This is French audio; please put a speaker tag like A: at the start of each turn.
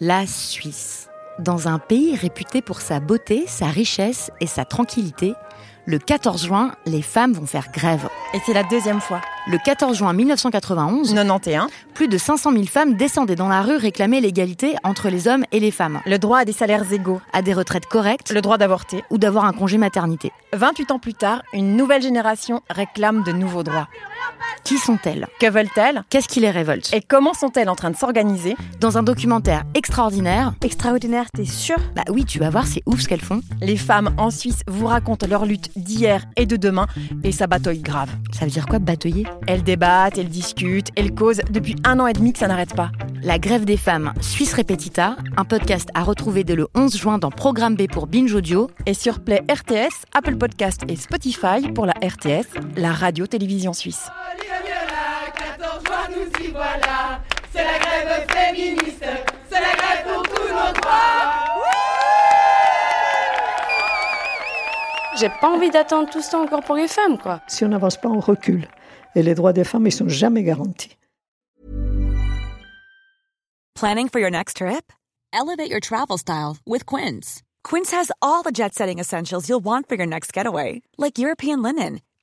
A: La Suisse. Dans un pays réputé pour sa beauté, sa richesse et sa tranquillité, le 14 juin, les femmes vont faire grève.
B: Et c'est la deuxième fois.
A: Le 14 juin 1991,
B: 91.
A: plus de 500 000 femmes descendaient dans la rue réclamer l'égalité entre les hommes et les femmes,
B: Le droit à des salaires égaux.
A: à des retraites correctes
B: Le droit d'avorter.
A: ou d'avoir un congé maternité.
B: 28 ans plus tard, une nouvelle génération réclame de nouveaux droits.
A: Qui sont-elles
B: Que veulent-elles
A: Qu'est-ce qui les révolte
B: Et comment sont-elles en train de s'organiser
A: Dans un documentaire extraordinaire,
C: Extraordinaire, t'es sûr
A: bah oui, tu vas voir, c'est ouf ce qu'elles font.
B: Les femmes en Suisse vous racontent leur lutte d'hier et de demain et sa bataille grave.
A: Ça veut dire quoi, batailler
B: Elles débattent, elles discutent, elles causent. Depuis un an et demi que ça n'arrête pas.
A: La grève des femmes, Suisse Repetita, un podcast à retrouver dès le 11 juin dans Programme B pour Binge Audio.
B: Et sur Play RTS, Apple Podcast et Spotify pour la RTS, la radio-télévision suisse.
D: Olivia, 14 juin, nous y voilà. C'est la grève féministe, c'est la grève pour tous nos droits.
C: J'ai pas envie d'attendre tout ce temps encore pour les femmes, quoi.
E: Si on n'avance pas, on recule. Et les droits des femmes, ils sont jamais garantis.
F: Planning for your next trip? Elevate your travel style with Quince. Quince has all the jet setting essentials you'll want for your next getaway, like European linen,